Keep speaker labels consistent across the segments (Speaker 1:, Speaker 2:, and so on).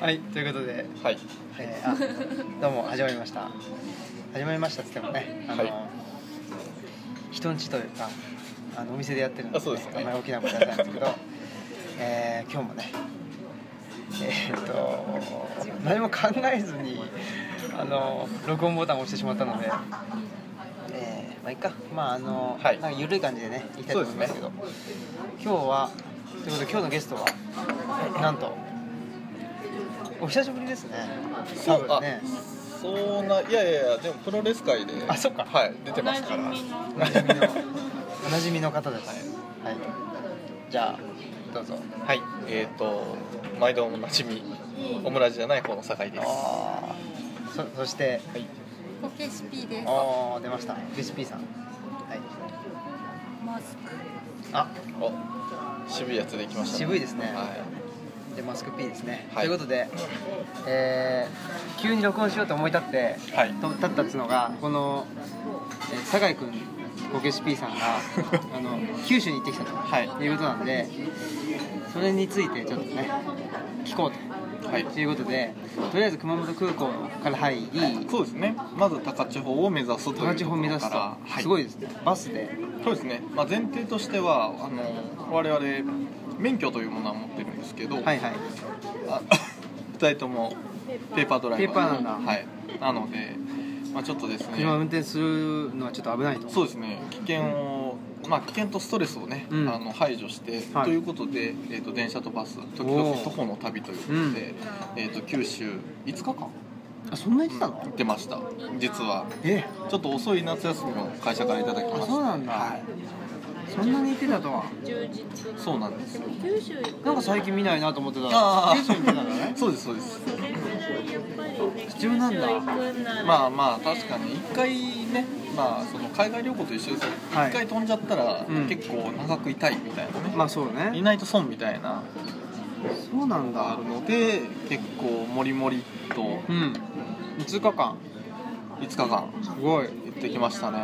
Speaker 1: はい、ということで、
Speaker 2: はい
Speaker 1: えーあどうも始まりました始まりましたっつってもねあの、
Speaker 2: はい
Speaker 1: 人んちというかあのお店でやってるので,、
Speaker 2: あそうですよね
Speaker 1: あんまり大きなことはないんです けど、えー今日もねえーっと何も考えずにあの録音ボタンを押してしまったので、えーまあいっかまああの、
Speaker 2: はい
Speaker 1: なんか緩い感じでねいきたいと思いますけど今日はということで今日のゲストはなんとお久しぶりですね多分ね
Speaker 2: そうないやいやいやでもプロレス界で
Speaker 1: あそっか
Speaker 2: はい出てますから
Speaker 3: おなじみの
Speaker 1: おなじみのおなじみの方ですはい、じゃあどうぞ
Speaker 2: はいえっ、と毎度おなじみオムラジじゃない方の酒井ですは
Speaker 1: あーそそして
Speaker 2: い
Speaker 3: コケシピです。マ
Speaker 1: ああ出ましたクスピーさんはい
Speaker 3: ス
Speaker 1: あ
Speaker 2: お渋いやつできました、
Speaker 1: 渋いですね
Speaker 2: は
Speaker 1: でマスク P ですね、
Speaker 2: はい
Speaker 1: ということで、えー急に録音しようと思い立って、
Speaker 2: はい
Speaker 1: と立ったっつのがこの、えー、酒井君ごけし P さん があの九州に行ってきたと、
Speaker 2: はい
Speaker 1: い、うことなんでそれについてちょっとね聞こうと、
Speaker 2: はい
Speaker 1: ということでとりあえず熊本空港から入り
Speaker 2: いそうですねまず高千穂を目指すというとこ
Speaker 1: 高
Speaker 2: ろから
Speaker 1: 千穂を目指すと、
Speaker 2: はい、
Speaker 1: すごいですねバスで
Speaker 2: そうですね、まあ、前提としてはあの我々免許というものは持ってるんですけど、
Speaker 1: はいはい
Speaker 2: あ二人ともペーパードライバー
Speaker 1: ペーパーなんだ
Speaker 2: はい、なので、まあ、ちょっとですね
Speaker 1: 車を運転するのはちょっと危ないと
Speaker 2: そうですね危険を、まあ、危険とストレスをね、
Speaker 1: うん
Speaker 2: あの排除して、
Speaker 1: はい
Speaker 2: ということで、えー、と電車とバス時
Speaker 1: お
Speaker 2: 々
Speaker 1: ー
Speaker 2: 徒歩の旅ということで、
Speaker 1: うん
Speaker 2: えー、と九州5日間
Speaker 1: あそんなに行ってたの、
Speaker 2: 行ってました実は
Speaker 1: え
Speaker 2: ちょっと遅い夏休みを会社からいただきました
Speaker 1: あそうなんだ
Speaker 2: はい、
Speaker 1: そんなに行ってたとは
Speaker 3: 充実
Speaker 2: そうなんですよ
Speaker 3: 九州行く
Speaker 1: なんか最近見ないなと思ってた
Speaker 2: あ
Speaker 1: ら九州に行ってたんだね
Speaker 2: そうですそうです
Speaker 3: それぐらいやっぱりね
Speaker 1: 必要なんだ
Speaker 3: 九州行くなら
Speaker 2: まあまあ確かに一回ね、まあ、その海外旅行と一緒ですよ一、
Speaker 1: はい
Speaker 2: 回飛んじゃったら、
Speaker 1: うん
Speaker 2: 結構長くいたいみたいなね、
Speaker 1: まあそう
Speaker 2: い
Speaker 1: ね
Speaker 2: ないと損みたいな
Speaker 1: そうなん
Speaker 2: が
Speaker 1: だ
Speaker 2: あるので結構もりもりと
Speaker 1: うん5日間
Speaker 2: 5日間行
Speaker 1: すごい
Speaker 2: ってきましたね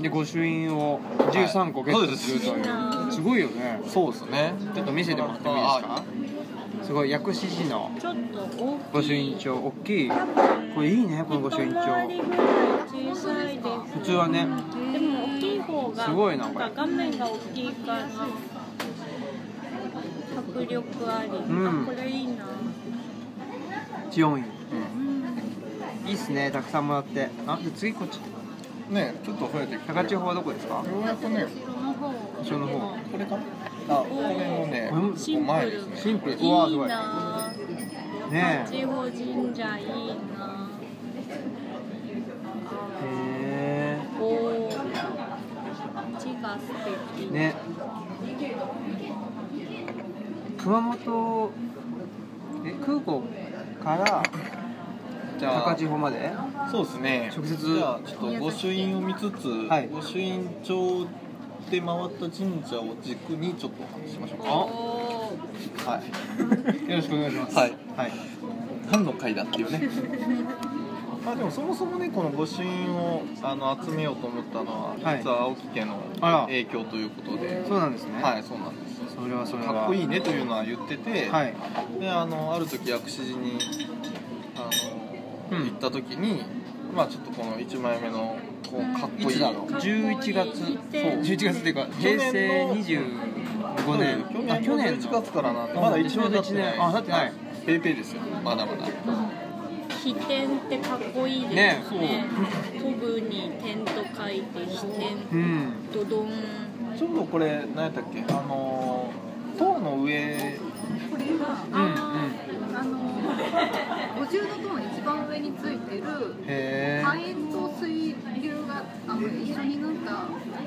Speaker 1: で御朱印を13個ゲットするという、
Speaker 3: はいそうです
Speaker 1: すごいよね
Speaker 2: そうですね
Speaker 1: ちょっと見せてもらってもいいですかすごい薬師寺の
Speaker 3: ちょっと大きい
Speaker 1: 御朱印帳大きいこれいいねこの御朱印帳
Speaker 3: 一回りぐらい小さいで
Speaker 1: 普通はね
Speaker 3: すでも大きい方が
Speaker 1: すごいなこれ
Speaker 3: んか画面が大きいから迫力あり、
Speaker 1: うん
Speaker 3: あこれいいな
Speaker 1: 4位
Speaker 3: うん
Speaker 1: いいっすねたくさんもらってあで次こっち
Speaker 2: ねちょっと増えてきて
Speaker 1: 高千穂はどこですか
Speaker 2: ようやくね
Speaker 3: 後ろの方
Speaker 1: 後ろの方
Speaker 2: これかなあこれもね
Speaker 1: これも
Speaker 2: 結構前ですね
Speaker 1: シンプルうわす
Speaker 3: いい
Speaker 1: ごい
Speaker 3: な
Speaker 1: ねえ
Speaker 3: 地方神社いいな
Speaker 1: へ
Speaker 3: おー地が素
Speaker 1: え
Speaker 3: 敵
Speaker 1: ね熊本え空港から
Speaker 2: じゃあ
Speaker 1: 高千穂 まで
Speaker 2: そうですね
Speaker 1: 直接
Speaker 2: じゃあちょっと御朱印を見つつ、
Speaker 1: はい
Speaker 2: 御朱印帳で回った神社を軸にちょっとお話ししましょう
Speaker 3: お
Speaker 2: か
Speaker 3: お
Speaker 2: はい
Speaker 1: よろしくお願いします
Speaker 2: はい
Speaker 1: はい
Speaker 2: 何の回だっていうね まあでもそもそもねこの御朱印をあの集めようと思ったのは、
Speaker 1: はい
Speaker 2: 実は青木家の
Speaker 1: あら
Speaker 2: 影響ということで
Speaker 1: そうなんですね
Speaker 2: はいそうなんです
Speaker 1: それはそれは
Speaker 2: かっこいいねというのは言ってて、
Speaker 1: はい
Speaker 2: であのある時薬師寺にあの、
Speaker 1: うん
Speaker 2: 行った時にまあちょっとこの1枚目のこ
Speaker 3: うん
Speaker 2: うかっこい
Speaker 1: い
Speaker 2: い
Speaker 1: つだろう11月
Speaker 3: そう
Speaker 1: 11月っていうか
Speaker 2: 去年
Speaker 1: 平
Speaker 2: の
Speaker 1: 成25年
Speaker 2: 去年の11月からなんで
Speaker 1: あ
Speaker 2: まだ1年経
Speaker 1: ち
Speaker 2: って
Speaker 1: ょうど一
Speaker 2: ない
Speaker 1: 年あ経ってない
Speaker 2: ペイペイですよまだまだ
Speaker 3: 飛天ってかっこいいです
Speaker 1: ね
Speaker 3: ね
Speaker 1: そう
Speaker 3: 飛ぶに点と書いて飛
Speaker 1: う
Speaker 3: 天
Speaker 1: ん
Speaker 3: ドドン
Speaker 2: ちょっとこれ何やったっけあのー塔の上
Speaker 4: これが
Speaker 1: うんうん
Speaker 4: あの五重塔の一番上についてる
Speaker 1: へえ
Speaker 4: 火炎と水流があの一緒になった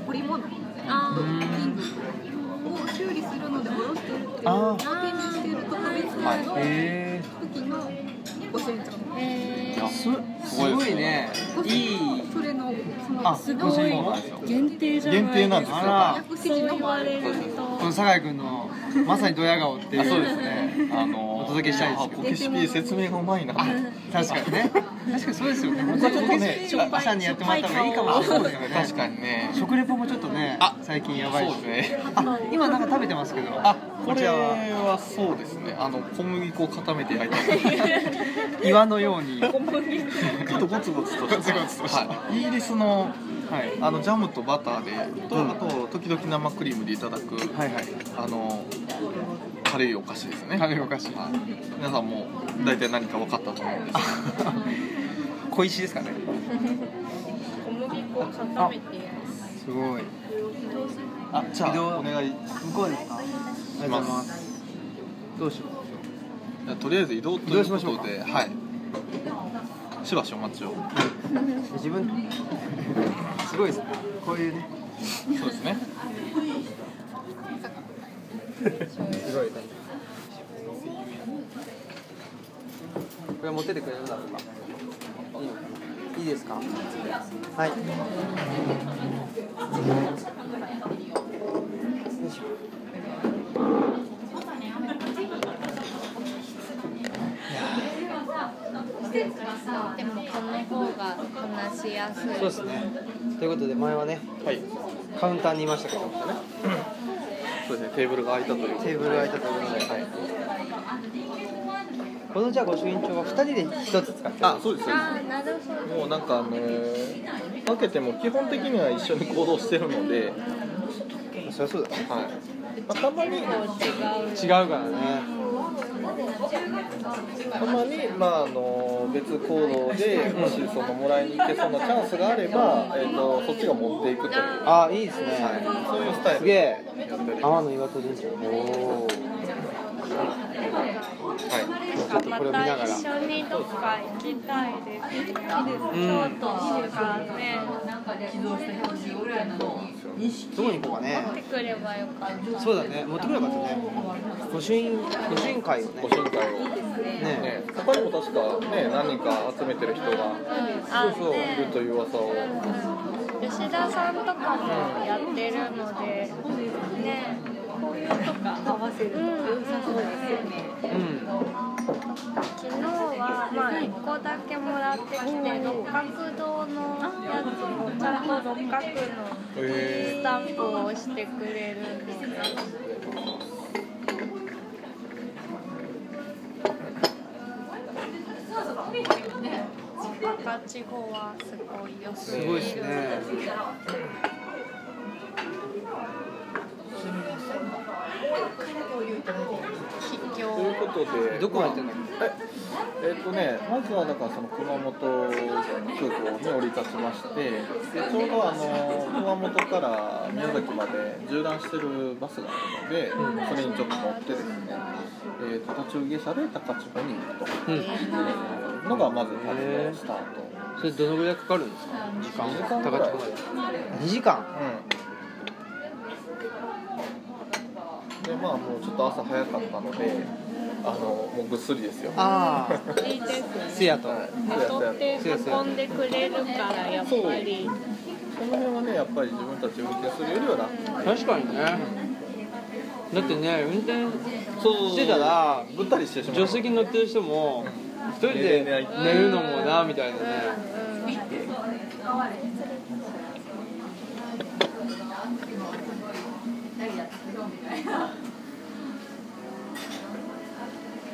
Speaker 4: 織物
Speaker 3: あー
Speaker 4: 金具を修理するので下ろしてるっていう
Speaker 1: あー
Speaker 4: 手にしてる特別な
Speaker 2: はい
Speaker 4: の
Speaker 1: へえ
Speaker 4: 時の御朱印帳
Speaker 5: えー、
Speaker 1: すすごいねいい
Speaker 4: それのそ
Speaker 1: あ
Speaker 4: の
Speaker 5: す
Speaker 1: 御
Speaker 5: ご
Speaker 1: 朱
Speaker 5: い
Speaker 1: 印なんですよ
Speaker 5: 限定じゃないですか。
Speaker 2: 限定なんですよ
Speaker 1: あら
Speaker 4: 薬師
Speaker 5: そう
Speaker 4: 寺
Speaker 5: 言
Speaker 4: の
Speaker 5: わ
Speaker 4: あれ
Speaker 5: れる
Speaker 1: この
Speaker 5: と。
Speaker 1: 酒井君のまさにドヤ顔っていう
Speaker 2: あそうですねあの
Speaker 1: お届けしたいですけど
Speaker 2: あこけし P 説明がうまいな
Speaker 1: あ確かにね確かにそうですよねもうちょっとね
Speaker 2: しょっぱい
Speaker 1: さんにやってもらった方がいいかもしれないですよね
Speaker 2: 確かにね
Speaker 1: 食レポもちょっとね
Speaker 2: あ
Speaker 1: 最近やばいし
Speaker 2: そうですね
Speaker 1: あ今なんか食べてますけど
Speaker 2: あこ
Speaker 1: こち
Speaker 2: れ
Speaker 1: らは
Speaker 2: はそうですねあの小麦粉を固めて焼いた
Speaker 1: 岩のように
Speaker 2: ちょっとゴツゴツと
Speaker 1: ゴツゴツとした
Speaker 2: はい、イギリスの
Speaker 1: はい
Speaker 2: あのジャムとバターでと、
Speaker 1: うん
Speaker 2: あと時々生クリームでいただく、
Speaker 1: はいはい
Speaker 2: あの軽いお菓子ですね
Speaker 1: 軽いお菓子
Speaker 2: はい、皆さんも大体何か分かったと思うんですけ
Speaker 1: 小石ですかね
Speaker 5: 小麦粉を固めてます。
Speaker 1: すごい
Speaker 2: どあじゃ
Speaker 1: 移動
Speaker 2: あお願いし
Speaker 1: 向こうですかありがとうございますどうしよ
Speaker 2: ますとりあえず移動と
Speaker 1: 移
Speaker 2: い
Speaker 1: 動
Speaker 2: う
Speaker 1: し
Speaker 2: こ
Speaker 1: ましょう
Speaker 2: と
Speaker 1: か
Speaker 2: ではいしばしお待ちを
Speaker 1: う自分 すごいですねこういうね
Speaker 2: そうですね
Speaker 1: すごいこれ持ってってくれるだろうかいいのかないいですかはいよいし
Speaker 3: でもこの方が話しやすい
Speaker 1: ょそうですねということで前はね
Speaker 2: はい
Speaker 1: カウンターにいましたけどね
Speaker 2: そうですねテーブルが空いたという
Speaker 1: テーブルが空いたということで、はい、このじゃあ御朱印帳は2人で1つ使って
Speaker 2: あそうですそうです
Speaker 3: あなるほど
Speaker 2: もうなんかあのー分けても基本的には一緒に行動してるので、はい
Speaker 1: そりゃそうだね
Speaker 2: まあ、たまに
Speaker 1: 違うからね
Speaker 2: たまに、まああのー別行動でもしそのもらいに行けそうなチャンスがあれば、えー、とそっちが持っていくという、
Speaker 1: あいいですね、
Speaker 2: そういうスタイ
Speaker 1: す
Speaker 2: ル
Speaker 1: げ
Speaker 2: で
Speaker 1: え
Speaker 2: やってる
Speaker 1: 天の岩戸神社おお
Speaker 2: はい
Speaker 1: ちょっとこれを見ながら
Speaker 5: 一緒にどっか行きたいです。
Speaker 1: うん
Speaker 5: 京都とかね。
Speaker 1: どこに行こうかね
Speaker 3: 来てくればよかった
Speaker 1: そうだね持ってくればよかったね御朱印御朱印会をね
Speaker 2: ご紹介を、
Speaker 1: ね
Speaker 2: ね、他にも確か、ね、何人か集めてる人が
Speaker 5: あ
Speaker 2: そうそういるという噂を
Speaker 3: 吉田さんとかもやってるのでね
Speaker 4: 合わせると良さそうですよね
Speaker 1: うん
Speaker 3: 昨日はまあ1個だけもらってきて六角堂のやつもちゃんと六角の
Speaker 2: え
Speaker 3: スタンプを押してくれるので赤地方はすごいよ
Speaker 1: すごいですね
Speaker 3: 秘
Speaker 2: という
Speaker 3: 境
Speaker 2: ことで
Speaker 1: どこが行ってんだっ
Speaker 2: えっとね、まずはだからその熊本空港に降り立ちまして、でちょうどあの熊本から宮崎まで縦断してるバスがあるので、それにちょっと乗ってですね、えっと途中下車で高千穂に行くと
Speaker 1: けうん
Speaker 2: いうのがまず旅のスタート。
Speaker 1: それどのぐらいかかるんですか時間
Speaker 2: 二時間ぐらい
Speaker 1: 高千穂まで2時間
Speaker 2: うん。でまあもうちょっと朝早かったので、あのもうぐっすりですよ。
Speaker 1: あ
Speaker 5: いいですね。
Speaker 1: あすやと
Speaker 5: 取って運んでくれるからやっぱり。
Speaker 2: その辺はねやっぱり自分たち運転するよりは楽。
Speaker 1: 確かにねだってね運転
Speaker 2: そう
Speaker 1: してたら
Speaker 2: ぶったりしてしまう
Speaker 1: 助手席に乗ってる人も一人で寝るのもなみたいなね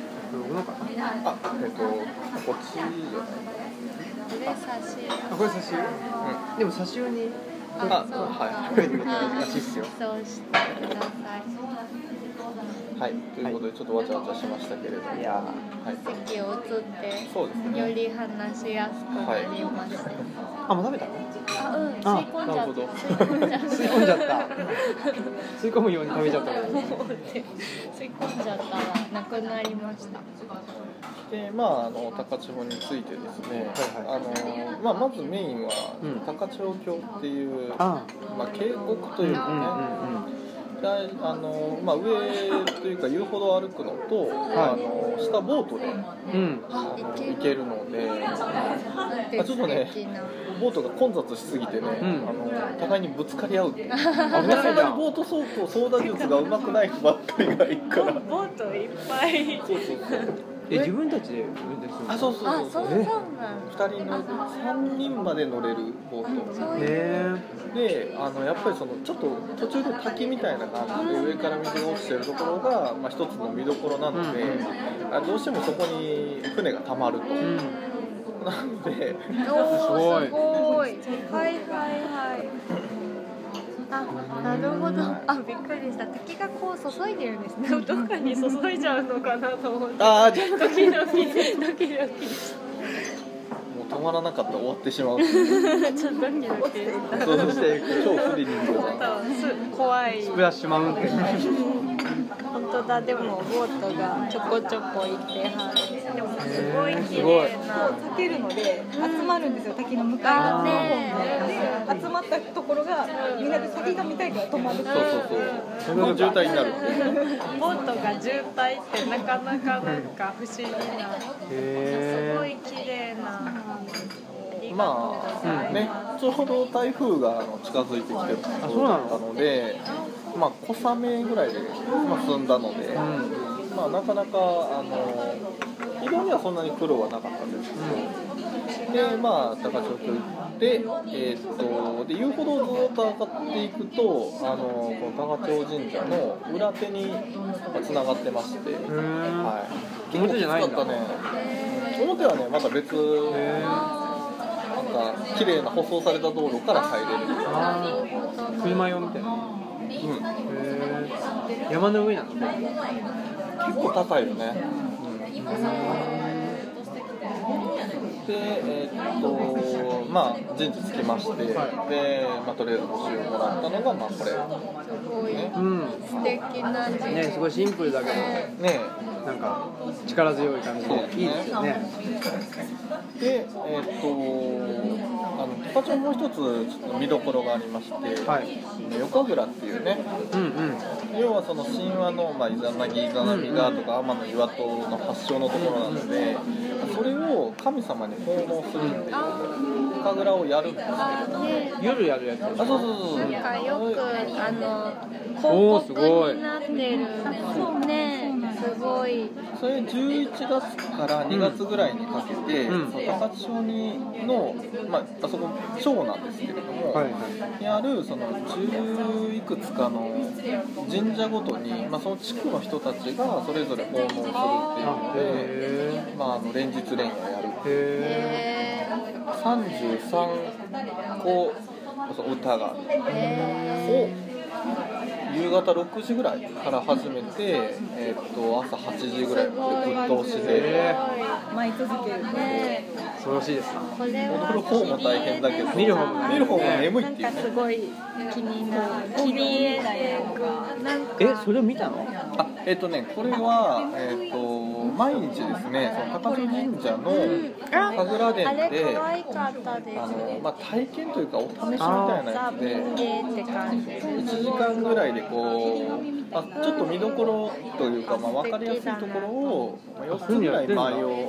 Speaker 2: あえっとこっちじゃない
Speaker 3: で差し入れ
Speaker 1: あこれ差し入れでも差し入れに
Speaker 2: あは
Speaker 1: 入れてくれたらしいっすよ
Speaker 3: そうしてください
Speaker 2: いはいということでちょっとわちゃわちゃしましたけれどもはい
Speaker 1: いや
Speaker 3: 席を移って
Speaker 2: そうですね
Speaker 3: より話しやすくなりました、
Speaker 1: あもう食べたの
Speaker 3: あうん吸い込んじゃった
Speaker 1: 吸
Speaker 3: 吸
Speaker 1: い
Speaker 3: い
Speaker 1: 込
Speaker 3: 込
Speaker 1: ん
Speaker 3: ん
Speaker 1: じ
Speaker 3: じ
Speaker 1: ゃっ
Speaker 3: ゃったた
Speaker 1: 吸い込むように食べちゃったの
Speaker 3: 吸い込んじゃったはなくなりました
Speaker 2: でまああの高千穂についてですね、
Speaker 1: はい
Speaker 2: あのまあまずメインは
Speaker 1: うん
Speaker 2: 高千穂峡っていう、
Speaker 1: あ
Speaker 2: まあ渓谷という
Speaker 1: あうんうんう
Speaker 2: かね、
Speaker 1: ん
Speaker 2: だいあの、まあ、上というか言うほど歩くのと、あの下ボートで
Speaker 6: うん
Speaker 2: あの行けるので、あちょっとねボートが混雑しすぎてね、
Speaker 6: ん
Speaker 2: あの互いにぶつかり 合うっていう
Speaker 6: 危ないじゃん
Speaker 2: ボート走行操舵術が上手くない人ばっかりがいるからそう
Speaker 7: ボートいっぱい
Speaker 2: そうそう
Speaker 6: え自分たちで運転するの
Speaker 2: あそうそう
Speaker 3: あ、
Speaker 2: そ
Speaker 3: そうう
Speaker 6: え
Speaker 3: そうなん
Speaker 2: 2
Speaker 3: だ。
Speaker 2: 人の3人まで乗れるボート
Speaker 3: そういう
Speaker 6: へ
Speaker 2: であのやっぱりそのちょっと途中で滝みたいな感じで上から水が落ちてるところが、まあ、一つの見どころなので、
Speaker 6: うん
Speaker 2: あどうしてもそこに船がたまると、
Speaker 6: えうん
Speaker 2: なので
Speaker 3: おー
Speaker 6: す
Speaker 3: す
Speaker 6: ご
Speaker 3: ごい。はいはいはい。あ、なるほど。あ、びっくりした。敵がこう注いでるんですね。
Speaker 7: どっかに注いじゃうのかなと思って
Speaker 2: ああじゃあ
Speaker 7: ドキドキドキドキし
Speaker 2: もう止まらなかったら終わってしまう
Speaker 7: たちょっとドキドキした
Speaker 2: そうしていく超スリリング
Speaker 7: ちょっ
Speaker 2: な
Speaker 7: とす怖い
Speaker 6: スプラッシュマウンテン
Speaker 7: 本当だでもボートがちょこちょこいてはいでもすごい綺
Speaker 6: すごい
Speaker 7: 麗な
Speaker 4: 避けるので集まるんですよ、滝の向かい
Speaker 3: あ
Speaker 4: 側の
Speaker 3: ね
Speaker 4: 方で集まったところがみんなで滝が見たいから泊まるっていう
Speaker 2: そうそうそうの渋滞になる
Speaker 7: ボートが渋滞ってなかなかなんか不思議なすご
Speaker 6: へ
Speaker 7: い綺麗な
Speaker 2: まあ、ねちょうど台風があの近づいてきてる
Speaker 6: あそ
Speaker 2: と
Speaker 6: う
Speaker 2: こ
Speaker 6: な
Speaker 2: ろだ
Speaker 6: の
Speaker 2: ったのでまあ小雨ぐらいで、まあ、済んだので、
Speaker 6: えうん
Speaker 2: まあ、なかなかあの移動にはそんなに苦労はなかったんですでまあ高千穂峡行って、えー、とで遊歩道をずーっと上がっていくとあのこの高千穂神社の裏手につながってまして、
Speaker 6: うーん
Speaker 2: はい、
Speaker 6: 表じゃないんだ
Speaker 2: 結構きつかったね表はねまた別
Speaker 6: へ
Speaker 2: な
Speaker 6: ー
Speaker 2: んか綺麗な舗装された道路から入れる
Speaker 6: あー車用みたいな
Speaker 2: うん、
Speaker 6: へー山の上なの
Speaker 2: 結構高いよね、で、えーっとまあ、神社着きまして、でまあ、とりあえず募集をもらったのが、まあ、これ、
Speaker 8: すごい
Speaker 2: ね
Speaker 6: うん
Speaker 8: 素敵な時間
Speaker 6: ねすごいシンプルだけど
Speaker 2: ね
Speaker 6: なんか力強い感じでいいですよね
Speaker 2: で、えーっとあの高千穂もう一つちょっと見どころがありまして、
Speaker 6: はい
Speaker 2: 横倉っていうね、
Speaker 6: うんうん
Speaker 2: 要はその神話の、まあ、イザナギイザナミガとか天の岩戸の発祥のところなので、それを神様に奉納するっていう、神楽をやるんですけど、あ、
Speaker 3: ね
Speaker 6: 夜やるやつ
Speaker 2: そうそうそうそう。
Speaker 3: なんかよくあの
Speaker 6: おー
Speaker 3: 広
Speaker 6: すご
Speaker 3: 告
Speaker 6: い
Speaker 3: になってるねすごい
Speaker 2: それ11月から2月ぐらいにかけて、
Speaker 6: うん
Speaker 2: その高千穂にの、まあ、あそこ町なんですけれども、
Speaker 6: はいはい
Speaker 2: にあるその10いくつかの神社ごとに、まあ、その地区の人たちがそれぞれ訪問する
Speaker 6: あ
Speaker 2: っていうので、
Speaker 6: へ
Speaker 2: まあ、あの連日連夜やる
Speaker 6: えへ
Speaker 3: へ
Speaker 2: 33個そう歌が
Speaker 3: ーへ
Speaker 2: を夕方6時ぐらいから始めて、えーっと朝8時ぐらいまでぶっ通しで。
Speaker 6: え
Speaker 4: 舞い続ける
Speaker 3: ーね
Speaker 6: 恐ろしいですな
Speaker 3: これは
Speaker 2: 踊る方も大変だけど
Speaker 6: 見る方も
Speaker 2: 見る方も眠い
Speaker 3: な
Speaker 2: っ
Speaker 3: ん
Speaker 2: ていう
Speaker 3: か
Speaker 2: ね
Speaker 3: すごい気になる気に入っていくなんか
Speaker 6: えそれを見たの
Speaker 2: あえっ、とねこれはえっ、と毎日ですねその高田神社の
Speaker 3: あ
Speaker 2: 神楽
Speaker 3: あ
Speaker 2: 殿
Speaker 3: れ
Speaker 2: で
Speaker 3: 可愛かったです
Speaker 2: あの
Speaker 3: ね
Speaker 2: まあ体験というかお試しみたいなや
Speaker 3: ザ・
Speaker 2: つ
Speaker 3: ビ
Speaker 2: で
Speaker 3: ンゲーって感じ
Speaker 2: 1時間ぐらいでこうあちょっと見どころというかまあ分かりやすいところを4つぐらい前を
Speaker 3: で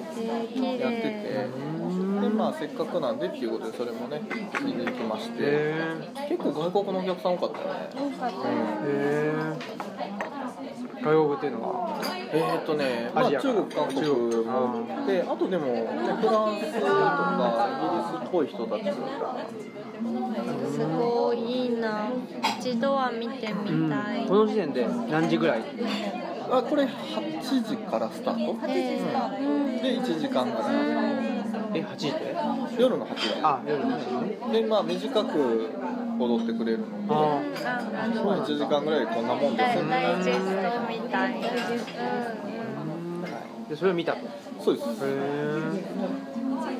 Speaker 3: 綺
Speaker 2: やって
Speaker 3: 麗
Speaker 2: てでまあせっかくなんでっていうことでそれもね見に行きまして
Speaker 6: へ
Speaker 2: 結構外国のお客さん多かったよね。
Speaker 3: よかった
Speaker 2: うん
Speaker 6: えへえ外国っていうのは
Speaker 2: えーっとね、まあ、
Speaker 6: アジ
Speaker 2: 中
Speaker 6: アから
Speaker 2: 国、韓国
Speaker 6: 中国
Speaker 2: も行って、あとでも、ねフランスとかイギリスっぽい人たち
Speaker 3: すごいいいな一度は見て
Speaker 6: う
Speaker 3: み
Speaker 6: ん
Speaker 3: たい、
Speaker 6: この時点で何時ぐらい
Speaker 2: が、あこれ8時からスタート
Speaker 3: で
Speaker 2: で1時間ぐらい、
Speaker 6: え8時って
Speaker 2: 夜の8時
Speaker 6: あ夜の8時ね
Speaker 2: で、まあ、短く踊ってくれるので、
Speaker 6: あ
Speaker 3: あなるほ
Speaker 2: まあ、1時間ぐらいでこんなもん
Speaker 3: ど
Speaker 2: で
Speaker 3: ダ
Speaker 2: す
Speaker 3: イ
Speaker 2: よ
Speaker 3: ダイジェストみたいな、
Speaker 6: あでそれを見たとへ
Speaker 2: そうです、
Speaker 6: え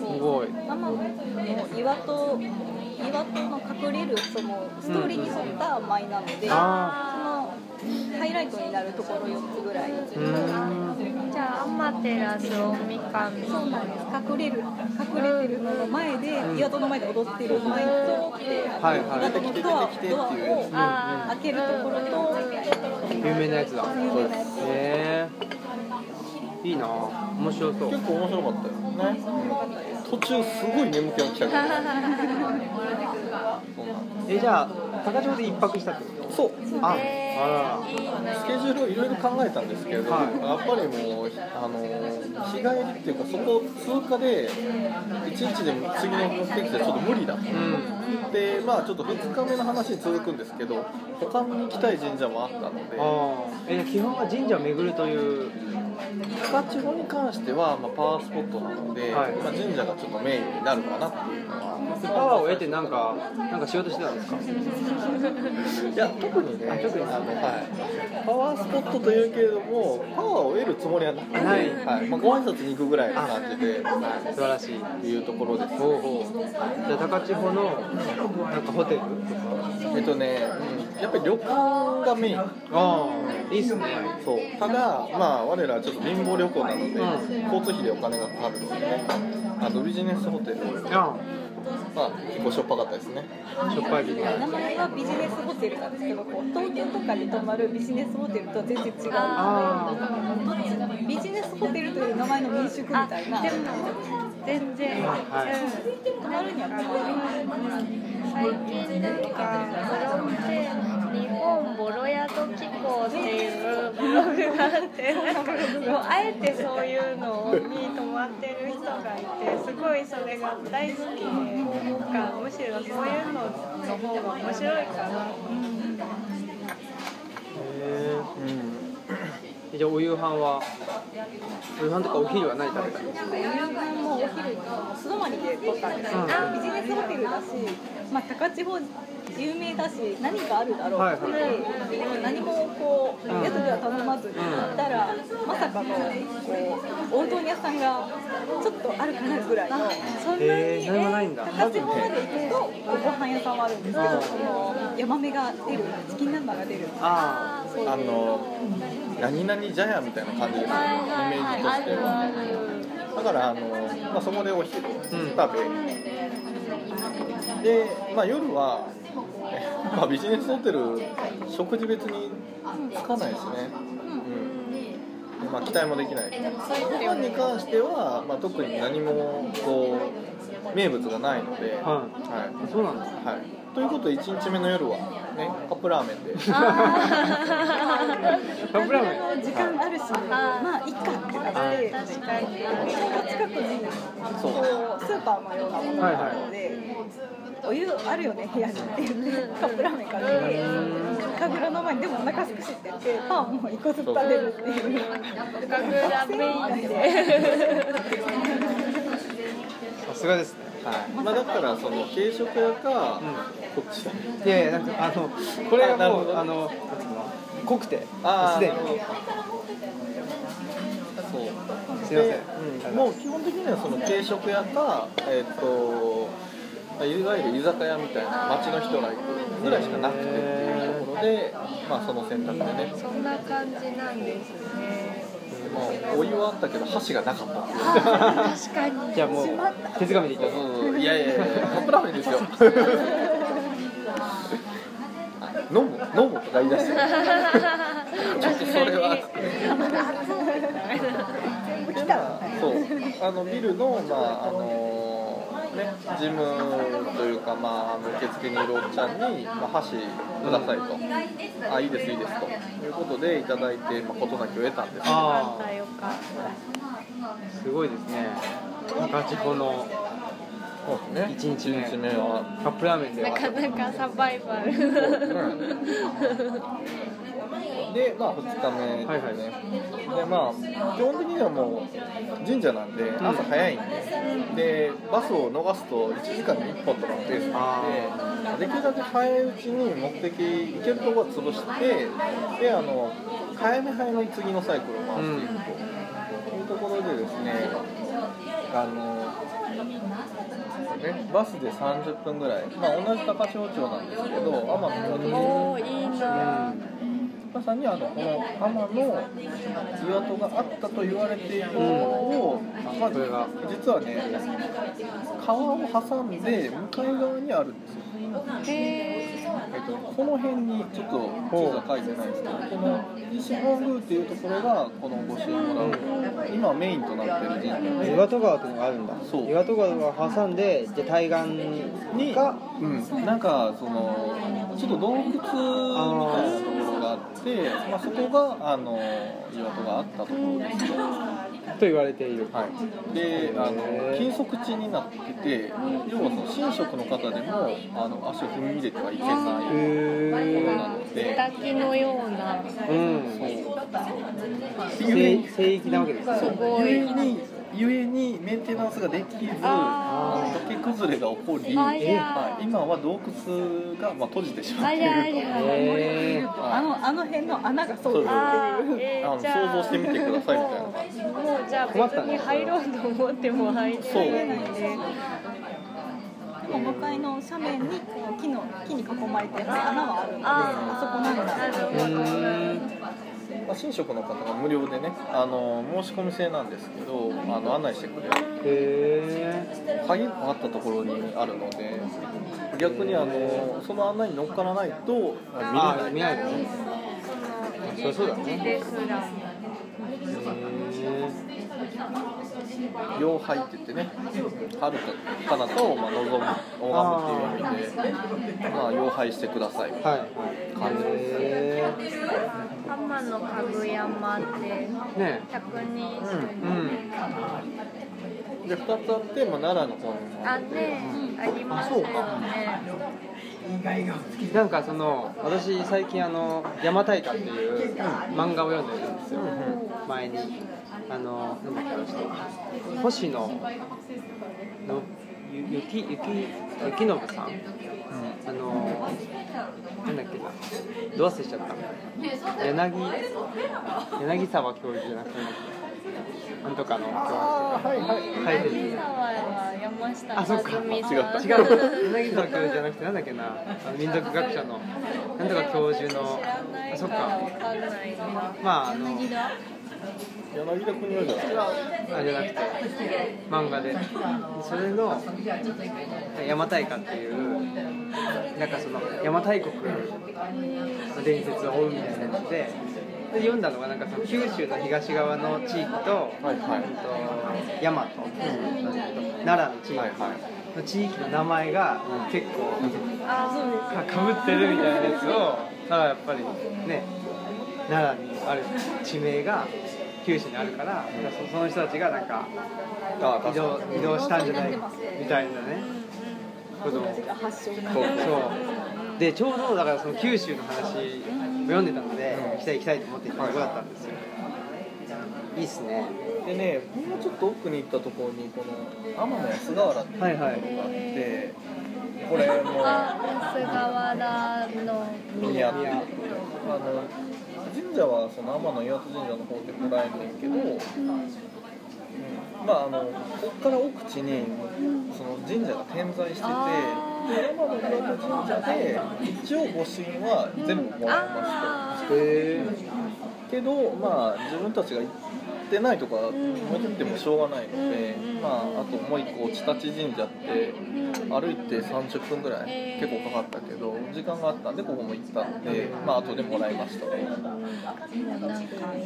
Speaker 6: すごい
Speaker 4: 天の岩戸岩戸の隠れるそのストーリーに沿った舞なので、その
Speaker 6: あ
Speaker 4: ハイライトになるところ4つぐらい。
Speaker 6: ーうーん
Speaker 3: うんじゃああんまマテラスオミカミ
Speaker 4: そうなんです隠れる隠れてるのの前で、岩戸の前で踊ってる舞とって、
Speaker 2: はいはい
Speaker 4: あとこのドアドアを開けるところと、
Speaker 1: 有名なやつだ
Speaker 4: 有名なや
Speaker 1: へ
Speaker 4: つ
Speaker 1: えいいな面白そう
Speaker 2: 結構面白かったよね、途中すごい眠気が来たからそうなん
Speaker 1: えじゃあ高千穂で一泊したってこと
Speaker 2: ですそう
Speaker 1: あ
Speaker 3: え
Speaker 1: あ
Speaker 3: ー、いい
Speaker 2: スケジ
Speaker 3: な
Speaker 2: ュールをいろいろ考えたんですけれど、
Speaker 1: はい
Speaker 2: やっぱりもう、あの日帰りっていうか、そこ通過で、1日でも次の目的地でちょっと無理だと、
Speaker 1: らうん
Speaker 2: で、まあ、ちょっと2日目の話に続くんですけど、他に行きたい神社もあったので、
Speaker 1: ああえ基本は神社を巡るという
Speaker 2: 高千穂に関しては、まあ、パワースポットなので、
Speaker 1: はい
Speaker 2: まあ、神社がちょっとメインになるかなっていうのは、
Speaker 1: パワーを得てなんかなんかしようとしてたんですか
Speaker 2: いや、特にね、
Speaker 1: あ特に
Speaker 2: あのはい、パワースポットというけれども、パワーを得るつもりはなくて、
Speaker 1: ない
Speaker 2: はいまあ、ご挨拶に行くぐらいの感じで。はい
Speaker 1: 素晴らしい
Speaker 2: いうところです。
Speaker 1: ほうほうじゃあ高千穂のなんかホテルとか
Speaker 2: えっとね、やっぱり旅館がメイン。
Speaker 1: ああいいっすね
Speaker 2: そう。ただ、まあ、我らちょっと貧乏旅行なので、
Speaker 1: うん
Speaker 2: 交通費でお金がかかるのでね。あのビジネスホテル、ま
Speaker 1: あ
Speaker 2: あ、結構しょっぱかったですね。
Speaker 1: あしょっぱいビール
Speaker 4: 名前はビジネスホテルなんですけど、こう東京とかで泊まるビジネスホテルとは全然違う。
Speaker 1: あ
Speaker 4: ビジネスホテルという名前の民宿み
Speaker 3: あ
Speaker 4: たいな。
Speaker 3: でも全然、
Speaker 1: はい
Speaker 3: うん
Speaker 4: 泊まるには泊まる。
Speaker 3: 最近なんかブログで日本ボロ宿機構っていうブログがあってなんかもうあえてそういうのに泊まってる人がいてすごいそれが大好きでなんかむしろそういうのの方が面白いかな
Speaker 1: へえじゃあお夕飯はお夕飯とかお昼は何食べたの
Speaker 4: 夕飯もお昼も素泊まりで撮ったんですよ、
Speaker 1: う
Speaker 4: ビジネスホテルだし、まあ、高千穂有名だし何があるだろう
Speaker 1: はい
Speaker 4: って、でも何もこう宿では頼まずに行ったら、まさかのこうおうどん屋さんがちょっとあるかなぐらいのそんなに、
Speaker 1: えー何もないんだ
Speaker 4: 高千穂まで行くとご飯屋さんはあるんですけど、そのヤマメが出るチキン南蛮が出る
Speaker 1: あ
Speaker 4: そういう
Speaker 2: あの、何々茶屋みたいな感じですね。イメージとしては。だから、あの、まあ、そこでお昼を食べ。で、まあ、夜は。 えまあ、ビジネスホテル、食事別につかないしね。うん。まあ、期待もできない。ご飯に関しては、まあ、特に何も、こう。名物がないので。
Speaker 1: はあそうなんだ
Speaker 2: はい。はい。ということで、1日目の夜は、ね、カップラーメンで。
Speaker 1: カップラーメン
Speaker 4: あの時間あるし、まあ、いっかってなって、確かに、近くに
Speaker 2: そう
Speaker 4: こうスーパーのようなものがあるので、お湯あるよね、部屋にって言って、カップラーメンから出て、神楽の前に、でもお腹すくしって言って、パンをもう一個ずつ食べるっていう、
Speaker 3: 学ラメインで
Speaker 1: さすがですね
Speaker 2: はい。まあ、だから、その軽食屋か。こっちだね。
Speaker 1: いやいやなんかあのこれ
Speaker 2: あな
Speaker 1: が
Speaker 2: る
Speaker 1: も
Speaker 2: ほ
Speaker 1: う
Speaker 2: ど
Speaker 1: あのなんつうの濃くて
Speaker 2: あ
Speaker 1: す
Speaker 2: ー
Speaker 1: でに
Speaker 2: なるほどそう。
Speaker 1: すいません
Speaker 2: でうんもう基本的にはその軽食屋か、えっと、いわゆる居酒屋みたいな、街の人が行くぐらいしかなくてっていうところで、まあ、その選択でね、
Speaker 3: そんな感じなんです ね
Speaker 2: もうお湯はあったけど、箸がなかったっていう
Speaker 3: 確かに
Speaker 1: じゃあもう手づかみでいった
Speaker 2: そうそうそういやいやいや、カップラーメン ですよ。あ飲む飲むとか言い出してちょっとそれはそうあのビルのまああのね事務というかまあ受付にいるおっちゃんに、まあ、箸くださいと、あいいですいいですということでいただいてまあ事なきを得たんですけど
Speaker 1: あ
Speaker 3: あよかった
Speaker 1: あすごいですね高千穂の
Speaker 2: そうですね
Speaker 1: 一日目
Speaker 2: 一日目は
Speaker 1: カップラーメンで
Speaker 3: な
Speaker 1: は
Speaker 3: かなかサバイバル。
Speaker 2: で、まあ、2日目ですね、
Speaker 1: はいはい
Speaker 2: でまあ、基本的にはもう神社なんで朝早いんで,、でバスを逃すと1時間に1本とかのペースなんでできるだけ早いうちに目的行けるとこは潰してであの早め早めに次のサイクルを回していくと、いうところでですねあのね、バスで30分ぐらい、まあ、同じ高千穂町なんですけど奄美の
Speaker 3: おおいいな。
Speaker 2: まさにあのこの天の岩戸があったと言われているところを、まあ、
Speaker 1: これが
Speaker 2: 実はね川を挟んで向かい側にあるんですよ。えっと、この辺にちょっと地図は書いてないんですけどこの西本宮っていうところがこの御朱印もらう今メインとなってる神社で
Speaker 1: 岩戸川っていうのがあるんだ
Speaker 2: そう
Speaker 1: 岩戸川を挟んでじゃあ対岸
Speaker 2: に
Speaker 1: か
Speaker 2: うん、なんかそのちょっと洞窟みたいなところがあってまあ、そこがあの岩戸があったところですね、
Speaker 1: と言われている
Speaker 2: はい、であの禁足地になってて要はその神職の方でもあの足を踏み入れてはいけ
Speaker 1: へ
Speaker 2: ないところなので。
Speaker 3: 滝のような
Speaker 1: うん
Speaker 2: っていう
Speaker 1: 聖聖域なわけですね
Speaker 3: すご
Speaker 2: ゆえ
Speaker 3: い
Speaker 2: にゆえにメンテナンスができず
Speaker 3: あ
Speaker 2: あの崖崩れが起こり、
Speaker 3: ありゃ
Speaker 2: はい今は洞窟が、まあ、閉じてしまっ
Speaker 3: あ
Speaker 2: てい
Speaker 3: り
Speaker 2: る
Speaker 3: ゃありゃ
Speaker 1: へー
Speaker 4: あのあの辺の穴がそうだ
Speaker 3: あ
Speaker 4: っていう
Speaker 3: ーえ
Speaker 2: あ
Speaker 3: ー
Speaker 2: の
Speaker 3: じゃあ
Speaker 2: 想像してみてくださいみたいな感じ
Speaker 3: もうもうじゃあ別に入ろうと思っても入れないんで
Speaker 4: でも向かいの斜面にこう木の木に囲まれて穴はあるんであそこ
Speaker 3: あ
Speaker 4: なんだ
Speaker 3: あそこなんだ
Speaker 2: まあ、神職の方が無料でねあの申し込み制なんですけどあの案内してくれる
Speaker 1: へ
Speaker 2: 鍵があったところにあるので逆にあのその案内に乗っからないとあ
Speaker 1: あ
Speaker 2: 見
Speaker 1: 見
Speaker 2: れな
Speaker 1: ないいのねそりゃそうだね
Speaker 3: ですら
Speaker 1: へ
Speaker 2: 両拝って言ってね遥か彼方をまあ望む拝むっていう意味でまあ両拝してください
Speaker 1: ーはい
Speaker 2: 感じです
Speaker 1: へ
Speaker 3: 浜のかぐやまって
Speaker 1: ーね
Speaker 3: 百人
Speaker 2: うんうんで2つあって、まあ、奈良の方にも
Speaker 3: あねありますよね
Speaker 1: えなんかその私最近あの「山大火」っていう漫画を読んでるんですよ前にあのなんだっけあの人星野のゆゆきゆきゆきのぶさんあのなんだっけなどう忘れしちゃった柳柳沢教授じゃなくてなんとかの教
Speaker 2: ああはいはい
Speaker 1: 授書いてる
Speaker 3: 神様は山下
Speaker 1: あ、そっか。違う。
Speaker 3: 和
Speaker 1: 違
Speaker 3: 美
Speaker 1: う。
Speaker 3: さ
Speaker 1: 柳
Speaker 3: ん
Speaker 1: 沢教授じゃなくて、なんだっけ な。あの民族学者の。なんとか教授の
Speaker 3: 知ら。な
Speaker 1: あ、
Speaker 3: い
Speaker 1: そ
Speaker 3: か
Speaker 1: っか
Speaker 3: らわ。かんないな
Speaker 1: まあ、あの、
Speaker 2: 柳田国男じゃない
Speaker 1: あれじゃなくて。漫画で。それの。邪馬台歌っていう。なんか、その、邪馬台国。の伝説を追うみたいなので。で読んだのがなんかその九州の東側の地域と,、
Speaker 2: はいはい
Speaker 1: えっと大和、奈良の地域、
Speaker 2: はいはい
Speaker 1: の地域の名前が結構かかぶってるみたいなやつをただやっぱりね奈良にある地名が九州にあるからそその人たちがなんか
Speaker 2: ああ
Speaker 1: 移
Speaker 2: 確かに
Speaker 1: 動移動したんじゃないみたいなねことをそうそうでちょうどだからその九州の話を読んでたので行きたい行きたいと思っていたところだったんですよいいっすね
Speaker 2: でね、もうちょっと奥に行ったところにこの天野安河原っていう
Speaker 1: はいはい
Speaker 2: のがあってこれも
Speaker 3: あ、菅原の
Speaker 2: 宮っていうあの神社はその天野岩戸神社の方で来られんねんけど、まああのこっから奥地にその神社が点在しててで天野岩戸神社で一応御朱印は全部もらえますと。
Speaker 1: へ
Speaker 2: けどまあ自分たちが行ってないとか戻ってもしょうがないので、まあ、あともう一個千立神社って歩いて30分ぐらい結構かかったけど時間があったんでここも行ったんでまあ後でもらいましたね
Speaker 3: なんか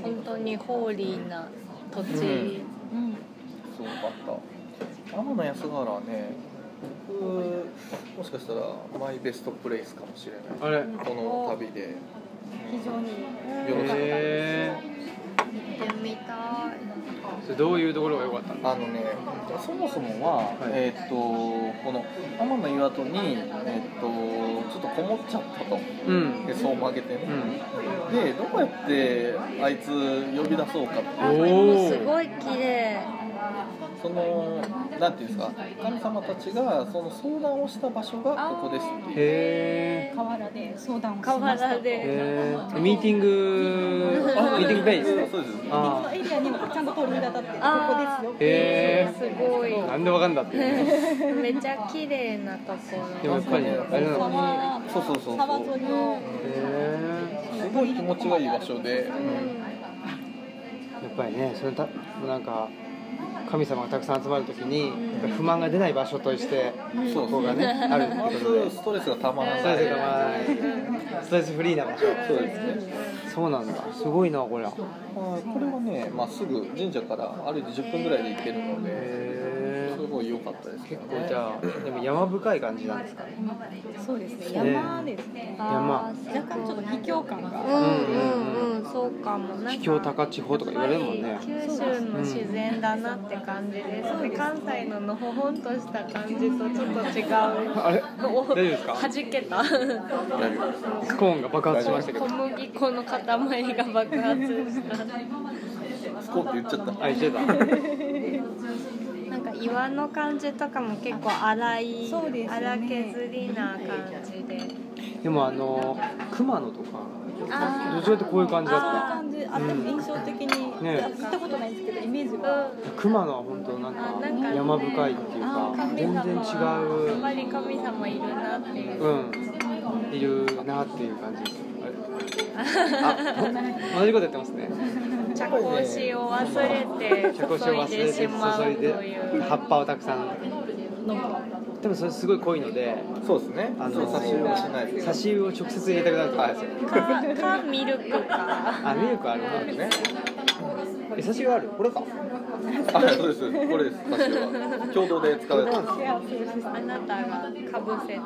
Speaker 3: 本当にホーリーな土地、
Speaker 2: すごかった天野安原はね僕もしかしたらマイベストプレイスかもしれな
Speaker 1: あれへ
Speaker 2: いこの旅で
Speaker 4: 非常に
Speaker 2: よろしい
Speaker 1: え
Speaker 3: 行ってみたい
Speaker 1: それどういうところが良かったんですか
Speaker 2: あのね、そもそもは、
Speaker 1: はい
Speaker 2: えーっ、とこの天の岩戸にえーっ、とちょっとこもっちゃったと、
Speaker 1: うん
Speaker 2: へそを曲げてね
Speaker 1: う、ん
Speaker 2: でどうやってあいつ呼び出そうかって
Speaker 3: あでもすごい綺麗
Speaker 2: そのなんていうんですか神様たちがその相談をした場所がここですっていう
Speaker 1: へ
Speaker 4: 河原で相談をし
Speaker 3: 河
Speaker 4: ました
Speaker 3: 原
Speaker 4: とミー
Speaker 3: で
Speaker 1: えミーティングミーティングベース
Speaker 2: そうです
Speaker 4: ティング
Speaker 1: あ
Speaker 4: のエリアにもちゃんと通りが立ってこ
Speaker 3: あー
Speaker 4: こですよ
Speaker 1: へ
Speaker 3: すごい
Speaker 1: ーなんでわかんだってね
Speaker 3: めちゃ綺麗なとこ
Speaker 1: でも
Speaker 3: ろ
Speaker 1: やっぱりあれなの
Speaker 4: 川
Speaker 2: そうそうそうそう
Speaker 4: 沢沿いの
Speaker 1: へ
Speaker 2: すごい気持ちがいい場所で、
Speaker 1: やっぱりねそれたなんか神様がたくさん集まるときにやっぱり不満が出ない場所として
Speaker 2: そう
Speaker 1: ここがねあるって
Speaker 2: ま
Speaker 1: ことで
Speaker 2: ずストレスがたまら
Speaker 1: ス
Speaker 2: な
Speaker 1: トレ
Speaker 2: い
Speaker 1: スがまないストレスフリーな場所
Speaker 2: そうですね
Speaker 1: そうなんだすごいなこれは
Speaker 2: まあこれはね、まあ、すぐ神社から歩いて10分ぐらいで行けるので
Speaker 1: へ
Speaker 2: すごい良かったですけどね
Speaker 1: えじゃあでも山深い感じなんですかね
Speaker 4: そうですね山ですね
Speaker 1: 山
Speaker 4: 若干ちょっと卑怯感が
Speaker 3: うんうんうんそうかもなんか
Speaker 1: 秘境高千穂とか言われるもんね
Speaker 3: やっぱり九州の自然だなって感じです、で関西ののほほんとした感じとちょっと違う
Speaker 1: あれ
Speaker 3: お
Speaker 1: 大丈夫ですか
Speaker 3: 弾けた
Speaker 2: 大丈夫です
Speaker 1: スコーンが爆発しましたけど
Speaker 3: 小麦粉の塊が爆発した
Speaker 2: スコーンって言っちゃった
Speaker 1: あ言ってた
Speaker 3: なんか岩の感じとかも結構荒い、
Speaker 4: そうですね
Speaker 3: 荒削りな感じで
Speaker 1: でもあの熊野とか
Speaker 3: あー
Speaker 1: どちらってこういう感じだ
Speaker 4: そういう
Speaker 1: った
Speaker 4: 感じあでも印象的に、
Speaker 1: ね
Speaker 4: 行ったことないんですけどイメージ
Speaker 3: う
Speaker 4: は、
Speaker 3: ん
Speaker 1: 熊野は本当なん
Speaker 3: あ
Speaker 1: か
Speaker 3: なんかね
Speaker 1: 山深いっていうか
Speaker 3: 神
Speaker 1: 全
Speaker 3: 様
Speaker 1: 然違
Speaker 3: はやっぱ
Speaker 1: う
Speaker 3: り神様いるなっていう、
Speaker 1: うんいるなっていう感じですあれあ同じことやってますね
Speaker 3: 茶こしを忘れて
Speaker 1: 茶こしを忘
Speaker 3: 注い
Speaker 1: れ
Speaker 3: で
Speaker 1: て
Speaker 3: しまう
Speaker 1: 注い
Speaker 3: と
Speaker 1: で
Speaker 3: いう
Speaker 1: 葉っぱをたくさんでもそれすごい濃いので
Speaker 2: そうですね
Speaker 1: あ
Speaker 2: あ
Speaker 1: の
Speaker 2: の差し入れをしないです
Speaker 1: 差し湯を直接入れたくなると思うんですよ
Speaker 3: かかミルクか
Speaker 1: あミルクあるほどねえ差し湯あるこれか
Speaker 2: あそうですこれです差し入れは共同で使うやつ
Speaker 4: いやそうです
Speaker 3: あなたがかぶせたや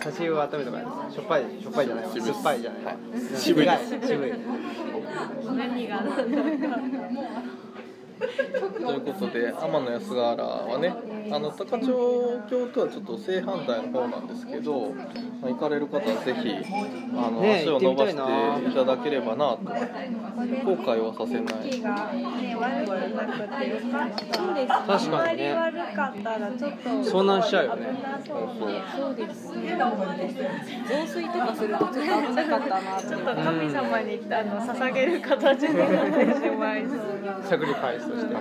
Speaker 1: 差し湯を温めとかやるしょっぱいしょっぱいじゃないわ
Speaker 2: 渋い
Speaker 1: 酸っぱいじゃないわ
Speaker 2: 渋い
Speaker 1: 苦
Speaker 2: です
Speaker 1: 渋い
Speaker 3: つ何が何だか
Speaker 2: ということで天野安原はねあの高千穂峡とはちょっと正反対の方なんですけど、まあ行かれる方はぜひあの、
Speaker 1: ねえ
Speaker 2: 足を伸ばして
Speaker 1: 行ってみたいない
Speaker 2: ただければなと後悔はさせない
Speaker 3: 気がね悪くなくてよかったそうです
Speaker 1: 確か
Speaker 3: あ
Speaker 1: に
Speaker 3: り
Speaker 1: ね
Speaker 3: 悪かったらちょっと
Speaker 1: 遭難しちゃうよね
Speaker 3: 危なそうね
Speaker 4: そうですね増水とかするとちょっと危なかったなって
Speaker 3: ちょっと神様にあの捧げる形になってしまいそうな
Speaker 1: サクリファイスとして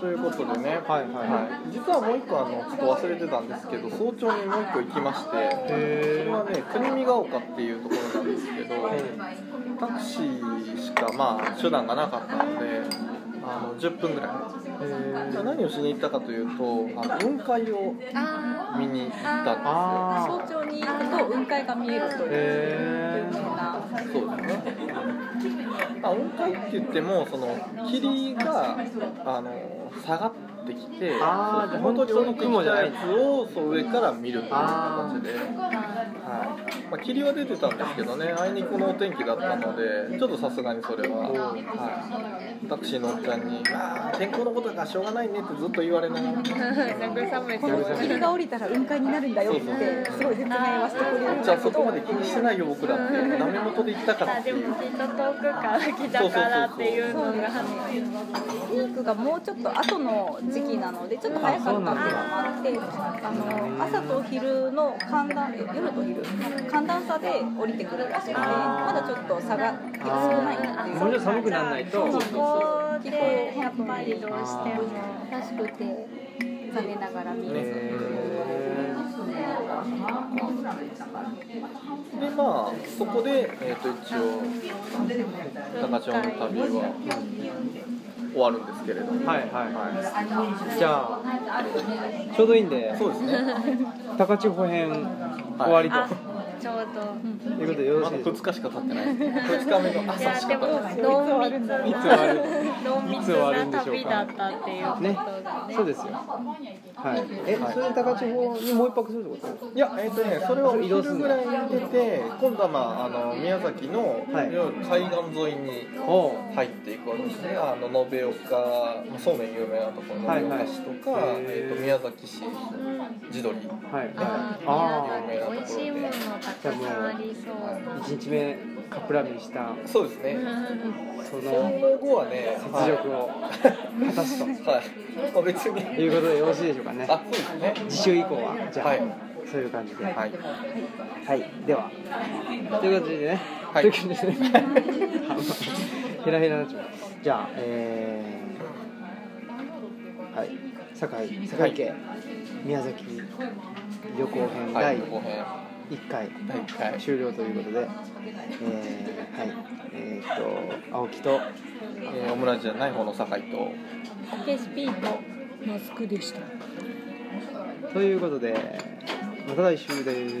Speaker 2: ということでね、
Speaker 1: はいはい
Speaker 2: はい実はもう一個あのちょっと忘れてたんですけど早朝にもう一個行きましてそれはね国見ヶ丘っていうところなんですけどタクシーしかまあ手段がなかったのであの10分ぐらい。じゃあ何をしに行ったかというとあの雲海を
Speaker 3: あ
Speaker 2: 見に行った
Speaker 1: あ
Speaker 4: 早
Speaker 1: あ
Speaker 4: 朝に行くと雲海が見えるという
Speaker 1: へ
Speaker 4: 有名な、
Speaker 2: んですよそうですね、まあ、雲海って言ってもその霧があの下がってきて
Speaker 1: あー
Speaker 2: そう
Speaker 1: じゃあ
Speaker 2: 本当に降りて
Speaker 1: 雲
Speaker 2: き
Speaker 1: じゃ
Speaker 2: た
Speaker 1: ない
Speaker 2: やつをそう上から見るという
Speaker 1: あー
Speaker 2: 形で、はいまあ、霧は出てたんですけどねあいにくのお天気だったのでちょっとさすがにそれは、はい、タクシーのおっちゃんにあー「天候のことだからしょうがないね」ってずっと言われながら。
Speaker 3: 慰めて
Speaker 4: こ
Speaker 3: も
Speaker 4: の霧が降りたら雲海になるんだよってすごい説明はしてくれるん
Speaker 2: じゃ
Speaker 4: だ
Speaker 2: あそ
Speaker 4: け
Speaker 2: こ
Speaker 4: ど
Speaker 2: まで気にしてないよ僕らってダメ元で行ったから
Speaker 3: あ
Speaker 2: って
Speaker 3: で
Speaker 2: いう
Speaker 3: もきっと遠くから来たからっていうのが
Speaker 4: ピークがもうちょっと後の時期なのでちょっと早かったのもあってあの朝と昼の寒暖夜と昼寒暖差で降りてくるらしくてまだちょっと差が少ないっていう
Speaker 1: もうちょっと寒くならないと
Speaker 3: そこ
Speaker 4: 気
Speaker 3: で
Speaker 4: 候
Speaker 3: や
Speaker 4: や
Speaker 3: っ
Speaker 4: っ
Speaker 3: ぱ
Speaker 4: ぱ
Speaker 3: り
Speaker 4: り
Speaker 3: どうしても
Speaker 4: らしくて残念ながら見えず。
Speaker 2: でまあそこで、えー、と一応高千穂の旅は終わるんですけれども、
Speaker 1: はいはいはいじゃあちょうどいいんで
Speaker 2: そうですね
Speaker 1: 高千穂編終わり
Speaker 3: あ
Speaker 1: と
Speaker 3: ちょうど。
Speaker 1: いうことでよろし
Speaker 2: ま
Speaker 1: い
Speaker 2: だ
Speaker 1: でしょう
Speaker 2: 2日しか経ってない2日目の
Speaker 3: い
Speaker 2: 朝
Speaker 3: や
Speaker 2: し
Speaker 3: で
Speaker 2: か
Speaker 3: も
Speaker 2: 経ってない
Speaker 3: 濃密な
Speaker 1: つ終わる
Speaker 3: 濃
Speaker 1: い
Speaker 3: 密
Speaker 1: つ終わるんで
Speaker 3: な
Speaker 1: しょう
Speaker 3: 旅
Speaker 1: か
Speaker 3: だったっていうこと
Speaker 1: ね
Speaker 3: が、ね、
Speaker 1: そうですよ。はい。え、それで高千穂にもう一泊するってこと？
Speaker 2: いやえっ、とねそれはお
Speaker 1: 移動する
Speaker 2: 昼
Speaker 1: ん
Speaker 2: ぐ
Speaker 1: だ
Speaker 2: らいに出て今度はまああの宮崎の、
Speaker 1: はい
Speaker 2: 要は海岸沿いに
Speaker 1: おう。
Speaker 2: 入っていくわけですねあの延岡そうめん有名なところ
Speaker 1: はい
Speaker 2: 延
Speaker 1: はい
Speaker 2: 岡市とか、
Speaker 1: へー
Speaker 2: えー、と宮崎市地鶏
Speaker 1: はい。
Speaker 3: あ
Speaker 1: あ
Speaker 3: ー美味しいものたくさんありそう
Speaker 1: あ。一日目カップラーメンした
Speaker 2: そうですね
Speaker 1: そ
Speaker 2: その
Speaker 1: の
Speaker 2: 後はね、
Speaker 1: 実力を果たすと
Speaker 2: はい、はいまあ、別
Speaker 1: と
Speaker 2: に、
Speaker 1: いうことでよろしいでしょうかね。
Speaker 2: あ、そうですね、
Speaker 1: 次週以降はじゃあ、
Speaker 2: はい
Speaker 1: そういう感じで。はい。
Speaker 2: はい、
Speaker 1: ではということでね。
Speaker 2: は
Speaker 1: とい
Speaker 2: い
Speaker 1: うことでね。ヘラヘラになっちゃう。じゃあえー、はい。堺堺家、宮崎旅行編
Speaker 2: は
Speaker 1: 第
Speaker 2: い、ここ編、は
Speaker 1: 1回
Speaker 2: 第1回
Speaker 1: 終了ということで、えー、はいえー、っと青木と
Speaker 2: えーオムラジじゃない方の酒井と
Speaker 7: ケスピーとマスクでした。
Speaker 1: ということでまた来週です。